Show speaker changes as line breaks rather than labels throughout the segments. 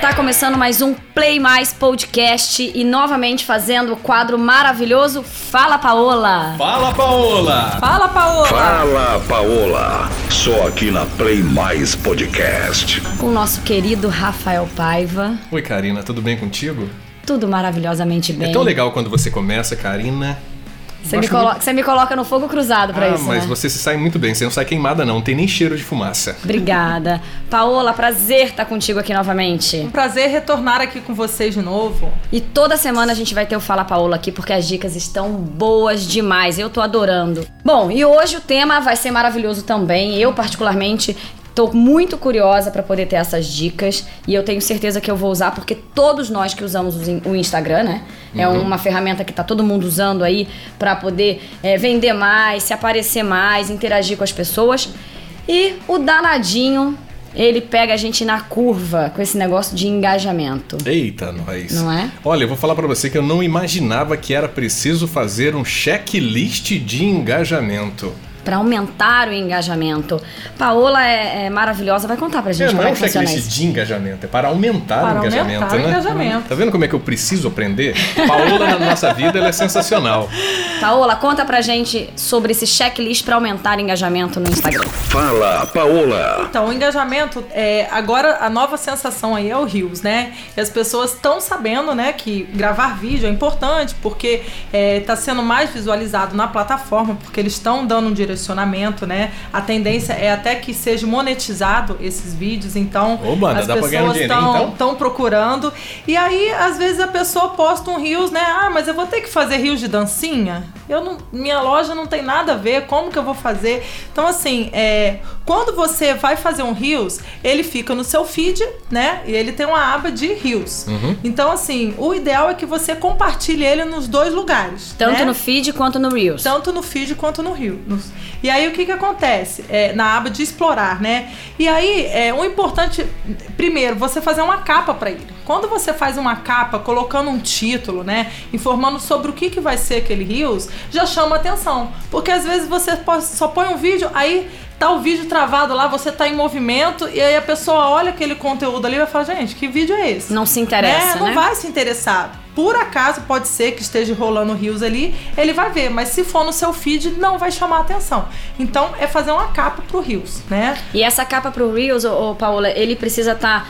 Tá começando mais um Play Mais Podcast e novamente fazendo o quadro maravilhoso Fala Paola.
Fala, Paola!
Fala Paola.
Fala Paola, só aqui na Play Mais Podcast.
Com o nosso querido Rafael Paiva.
Oi, Karina, tudo bem contigo?
Tudo maravilhosamente bem.
É tão legal quando você começa, Karina.
Você
Gosto
me, colo- você me coloca no fogo cruzado pra
Ah,
isso,
mas
né?
você se sai muito bem, você não sai queimada não, não tem nem cheiro de fumaça.
Obrigada. Paola, prazer estar contigo aqui novamente.
Um prazer retornar aqui com vocês de novo.
E toda semana a gente vai ter o Fala Paola aqui porque as dicas estão boas demais. Eu tô adorando. Bom, e hoje o tema vai ser maravilhoso também. Eu, particularmente, tô muito curiosa pra poder ter essas dicas e eu tenho certeza que eu vou usar porque todos nós que usamos o in- o Instagram, né? É uma ferramenta que tá todo mundo usando aí pra poder é, vender mais, se aparecer mais, interagir com as pessoas. E o danadinho, ele pega a gente na curva com esse negócio de engajamento.
Eita, nós.
Não é?
Olha, eu vou falar pra você que eu não imaginava que era preciso fazer um checklist de engajamento.
Pra aumentar o engajamento. Paola é, é maravilhosa, vai contar pra gente
É, não
como
é
é
um
que funciona
checklist
isso.
de engajamento, é para aumentar
Para
o engajamento,
aumentar o
né?
engajamento.
Tá vendo como é que eu preciso aprender? Paola na nossa vida, ela é sensacional.
Paola, conta pra gente sobre esse checklist pra aumentar o engajamento no Instagram.
Fala Paola,
Então, o engajamento, é, agora a nova sensação aí é o Reels, né? E as pessoas estão sabendo, né, que gravar vídeo é importante porque é, tá sendo mais visualizado na plataforma, porque eles estão dando um direcionamento, né? A tendência é até que seja monetizado esses vídeos, então
Oba, ainda
as
dá pra ganhar um
pessoas
dinheirinho,
estão
então?
estão procurando. E aí, às vezes, a pessoa posta um rios, né? Ah, mas eu vou ter que fazer rios de dancinha? Eu não, minha loja não tem nada a ver, como que eu vou fazer? Então, assim, é, quando você vai fazer um rios, ele fica no seu feed, né? E ele tem uma aba de rios. Então, assim, o ideal é que você compartilhe ele nos dois lugares.
Tanto
né? Então-
no feed quanto no Reels.
Tanto no feed quanto no Rio. Nos- E aí o que que acontece? É, na aba de explorar, né? E aí, é, o importante, primeiro, você fazer uma capa para ele. Quando você faz uma capa colocando um título, né? Informando sobre o que, que vai ser aquele Rios, já chama atenção. Porque às vezes você po- só põe um vídeo, aí tá o vídeo travado lá, você tá em movimento, e aí a pessoa olha aquele conteúdo ali e vai falar, gente, que vídeo é esse?
Não se interessa,
É, Não
né?
vai se interessar. Por acaso, pode ser que esteja rolando rios ali, ele vai ver, mas se for no seu feed, não vai chamar atenção. Então, é fazer uma capa pro rios, né?
E essa capa pro Reels, ô, ô, Paola, ele precisa estar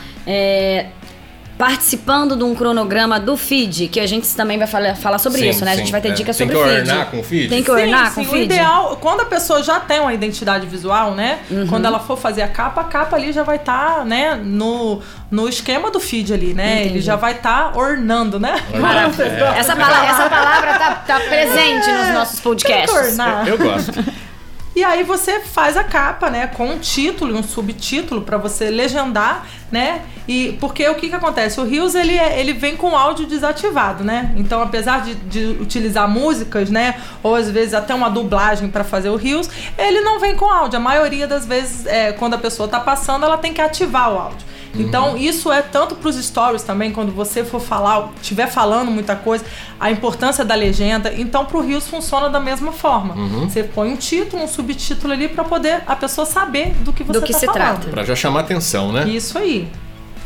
participando de um cronograma do feed, que a gente também vai falar, falar sobre
Sim,
isso, né? a
sim,
gente vai ter
é.
dicas
Tem
sobre
que
feed.
ornar com o feed?
Tem que
Sim,
ornar com
sim,
o
o
feed?
ideal, quando a pessoa já tem uma identidade visual, né?
Uhum.
Quando ela for fazer a capa, a capa ali já vai estar, né, no, no esquema do feed ali, né? Ele já vai estar ornando, né?
Maravilha. Essa palavra, essa palavra tá, tá presente nos nossos podcasts.
Tem que ornar.
Eu gosto.
E aí você faz a capa, né, com um título e um subtítulo pra você legendar, né? E porque o que que acontece? O Reels ele é- ele vem com áudio desativado, né? Então, apesar de, de utilizar músicas, né, ou às vezes até uma dublagem pra fazer o Reels, ele não vem com áudio. A maioria das vezes, é, quando a pessoa tá passando, ela tem que ativar o áudio. Então, isso é tanto para os stories também, quando você for falar, estiver falando muita coisa, a importância da legenda. Então, para o Rios funciona da mesma forma. Você põe um título, um subtítulo ali para poder a pessoa saber do que você
Do que
tá
se
falando.
trata.
Pra já chamar atenção, né?
Isso aí.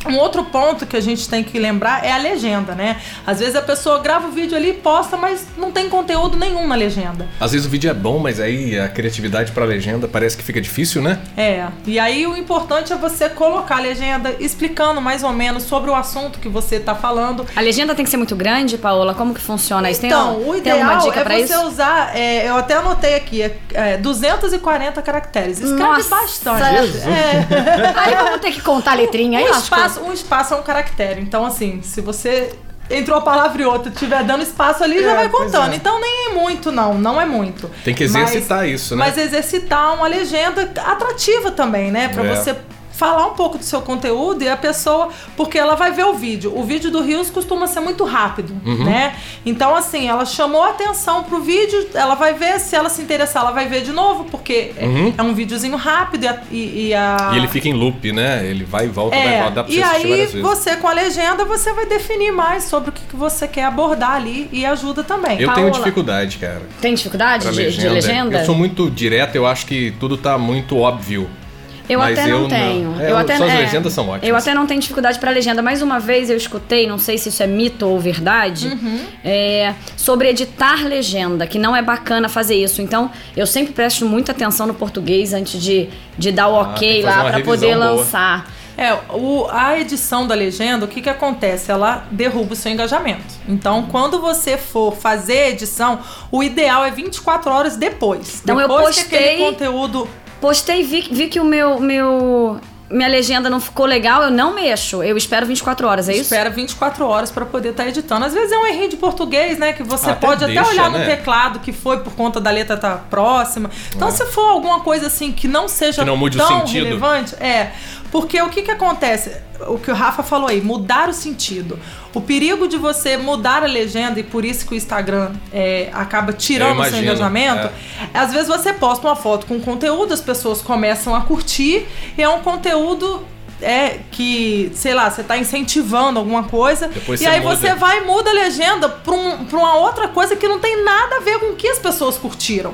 Um outro ponto que a gente tem que lembrar é a legenda, né? Às vezes a pessoa grava o vídeo ali e posta, mas não tem conteúdo nenhum na legenda.
Às vezes o vídeo é bom, mas aí a criatividade pra legenda parece que fica difícil, né?
É, e aí o importante é você colocar a legenda explicando mais ou menos sobre o assunto que você tá falando
A legenda tem que ser muito grande, Paola? Como que funciona isso? né? Tem,
Então,
al-
o
tem alguma
ideal
dica
é
pra
você
isso?
usar, é, eu até anotei aqui, é, é, 240 caracteres. Escreve
Nossa.
bastante.
Jesus.
É.
Aí vamos ter que contar a letrinha aí,
um,
eu acho que-
espaço, um espaço é um caractere. Então, assim, se você entrou a palavra e outra, tiver dando espaço ali, já
É,
vai
pois
contando.
é.
Então, nem é muito, não. Não é muito.
Tem que exercitar isso, né?
Mas exercitar uma legenda atrativa também, né? Pra
É.
você falar um pouco do seu conteúdo e a pessoa, porque ela vai ver o vídeo. O vídeo do Rios costuma ser muito rápido,
Uhum.
né? Então assim, ela chamou a atenção pro vídeo, ela vai ver, se ela se interessar, ela vai ver de novo, porque é- é um videozinho rápido e a- e, e a
Uhum. E ele fica em loop, né? Ele vai e volta, vai e
é,
volta. Dá pra você
e
assistir
aí
várias vezes.
você com a legenda você vai definir mais sobre o que, que você quer abordar ali e ajuda também.
Eu tenho
Paola.
dificuldade, cara.
Tem dificuldade
Pra
de de legenda?
Eu sou muito direto, eu acho que tudo tá muito óbvio.
Eu
Mas
até
eu
não
não.
tenho.
É,
eu até
suas
é,
legendas são ótimas.
Eu até não tenho dificuldade pra legenda. Mais uma vez eu escutei, não sei se isso é mito ou verdade,
Uhum.
é, sobre editar legenda, que não é bacana fazer isso. Então eu sempre presto muita atenção no português antes de, de dar o
Ah, tem
ok
que fazer
lá
uma
pra
revisão
poder
boa.
lançar.
É, o- a edição da legenda, o que que acontece? Ela derruba o seu engajamento. Então, quando você for fazer a edição, o ideal é 24 horas depois.
Então, eu
depois que aquele
postei-
conteúdo
Postei e vi, vi que o meu, meu. Minha legenda não ficou legal, eu não mexo. Eu espero 24 horas, é isso?
espera 24 horas para poder estar editando. Às vezes é um errinho de português, né? Que você
Até
pode
deixa,
até olhar
né?
no teclado que foi por conta da letra tá próxima. Então, se for alguma coisa assim que não seja
É. Que não mude o
tão
sentido.
relevante, é. Porque o que, que acontece? O que o Rafa falou aí, mudar o sentido. O perigo de você mudar a legenda, e por isso que o Instagram é, acaba tirando o
imagino,
seu
é.
engajamento, às vezes você posta uma foto com conteúdo, as pessoas começam a curtir e é um conteúdo é que, sei lá, você tá incentivando alguma coisa
Depois
e
você
aí
muda.
você vai e muda a legenda pra, um- pra uma outra coisa que não tem nada a ver com o que as pessoas curtiram.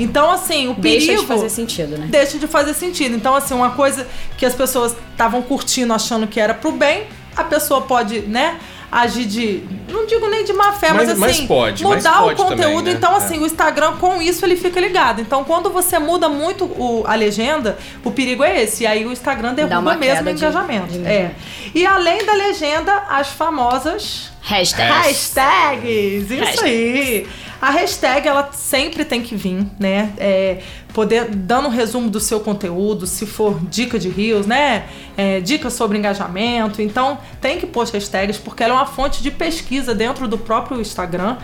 Então, assim, o
Deixa
perigo
de fazer sentido, né?
deixa de fazer sentido. Então, assim, uma coisa que as pessoas estavam curtindo, achando que era pro bem, a pessoa pode, né, agir de. Não digo nem de má fé, mas,
Mas-
assim.
mas pode, mas
mudar
pode
o
também,
conteúdo.
né?
Então, assim,
É.
o Instagram com isso ele fica ligado. Então, quando você muda muito o- a legenda, o perigo é esse. E aí o Instagram derruba
uma
mesmo o
queda de-
engajamento.
de
é. E além da legenda, as famosas
Hashtag.
Hashtags, isso aí. A hashtag ela sempre tem que vir, né? É, poder dando um resumo do seu conteúdo, se for dica de rios, né? É, dicas sobre engajamento. Então tem que pôr hashtags porque ela é uma fonte de pesquisa dentro do próprio Instagram.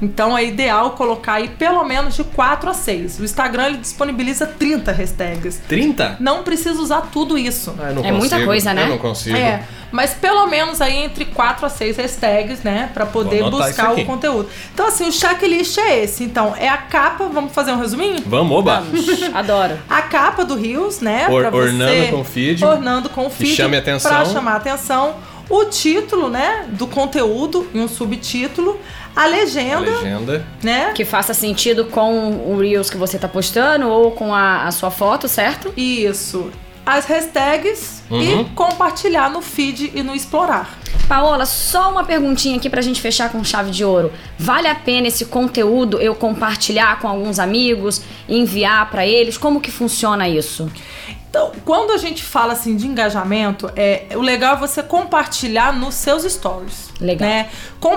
Então é ideal colocar aí pelo menos de 4 a 6. O Instagram ele disponibiliza 30 hashtags.
30?
Não precisa usar tudo isso.
Ah, eu não
É muita
consigo,
coisa, né?
Eu não consigo.
É, mas pelo menos aí entre 4 a 6 hashtags, né? Pra poder
Vou anotar isso
buscar
aqui.
o conteúdo. Então, assim, o checklist é esse. Então, é a capa, vamos fazer um resuminho?
Vamos, oba.
Adoro.
A capa do Rios, né?
Or-
pra você-
ornando com feed.
Ornando com feed.
chame atenção.
Pra chamar atenção. O título, né? Do conteúdo e um subtítulo. A
A
legenda,
legenda.
né?
Que faça sentido com o Reels que você tá postando ou com a, a sua foto, certo?
Isso. As hashtags e
Uhum.
compartilhar no feed e no explorar.
Paola, só uma perguntinha aqui pra gente fechar com chave de ouro. Vale a pena esse conteúdo eu compartilhar com alguns amigos, enviar pra eles? Como que funciona isso?
Então, quando a gente fala assim de engajamento, é, o legal é você compartilhar nos seus stories.
Legal.
né?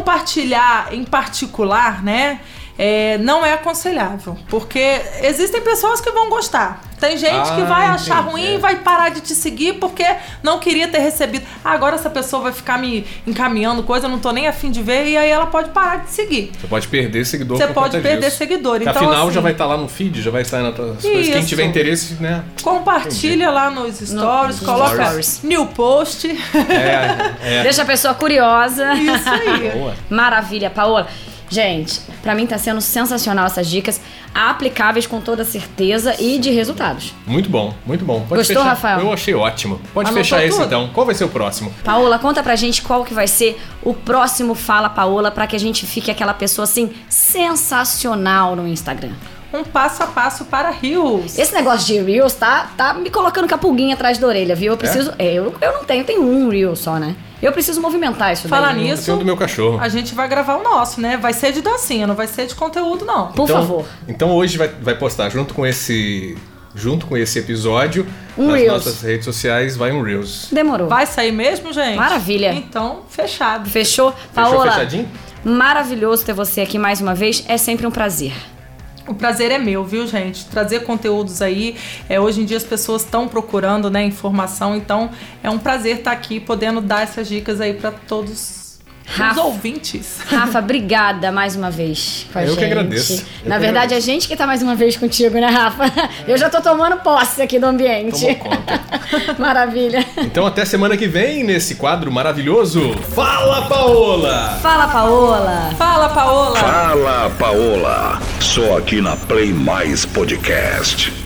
Compartilhar em particular, né? é, não é aconselhável, porque existem pessoas que vão gostar. Tem gente
Ah,
que vai achar
entendi.
ruim e vai parar de te seguir porque não queria ter recebido. Ah, agora essa pessoa vai ficar me encaminhando coisa, eu não tô nem afim de ver, e aí ela pode parar de seguir.
Você pode perder seguidor
Você
por conta
pode perder
disso.
seguidor, então,
Afinal,
assim-
já vai estar lá no feed, já vai estar na tua... coisas. Quem
Isso.
tiver interesse, né?
Compartilha lá nos stories,
nos
coloca
stories.
new post. É
É, é.
Deixa a pessoa curiosa.
Isso aí.
Boa.
Maravilha, Paola. Gente, pra mim tá sendo sensacional essas dicas, aplicáveis com toda certeza e de resultados.
Muito bom, muito bom. Pode
Gostou,
fechar.
Rafael?
Eu achei ótimo. Pode
Anotou
fechar esse
tudo?
então. Qual vai ser o próximo?
Paola, conta pra gente qual que vai ser o próximo Fala Paola pra que a gente fique aquela pessoa assim sensacional no Instagram.
um passo a passo para rios.
Esse negócio de Reels tá, tá me colocando com a pulguinha atrás da orelha, viu? Eu preciso. é, eu, eu não tenho, eu tenho um Reel só, né? Eu preciso movimentar isso
Falar
daí. né?
nisso,
Esse é o do meu cachorro.
a
Ah,
gente vai gravar o nosso, né? Vai ser de dancinha, não vai ser de conteúdo, não.
Por
então,
favor.
Então hoje vai, vai postar junto com esse junto com esse episódio
Um
nas
Reels.
nossas redes sociais vai um Reels.
Demorou.
Vai sair mesmo, gente?
Maravilha.
Então, fechado.
Fechou? Paola,
fechadinho?
maravilhoso ter você aqui mais uma vez. É sempre um prazer.
O prazer é meu, viu, gente? Trazer conteúdos aí. É, hoje em dia as pessoas estão procurando, né, informação. Então, é um prazer estar aqui podendo dar essas dicas aí para todos
Rafa.
os ouvintes.
Rafa, obrigada mais uma vez com a
Eu que
gente.
agradeço. Eu
Na
que
verdade,
agradeço. É.
a gente que tá mais uma vez contigo, né, Rafa? Eu já tô tomando posse aqui do ambiente.
Tomou conta.
Maravilha.
Então até semana que vem nesse quadro maravilhoso. Fala Paola!
Fala, Paola.
Fala, Paola!
Fala Paola, só aqui na Play Mais Podcast.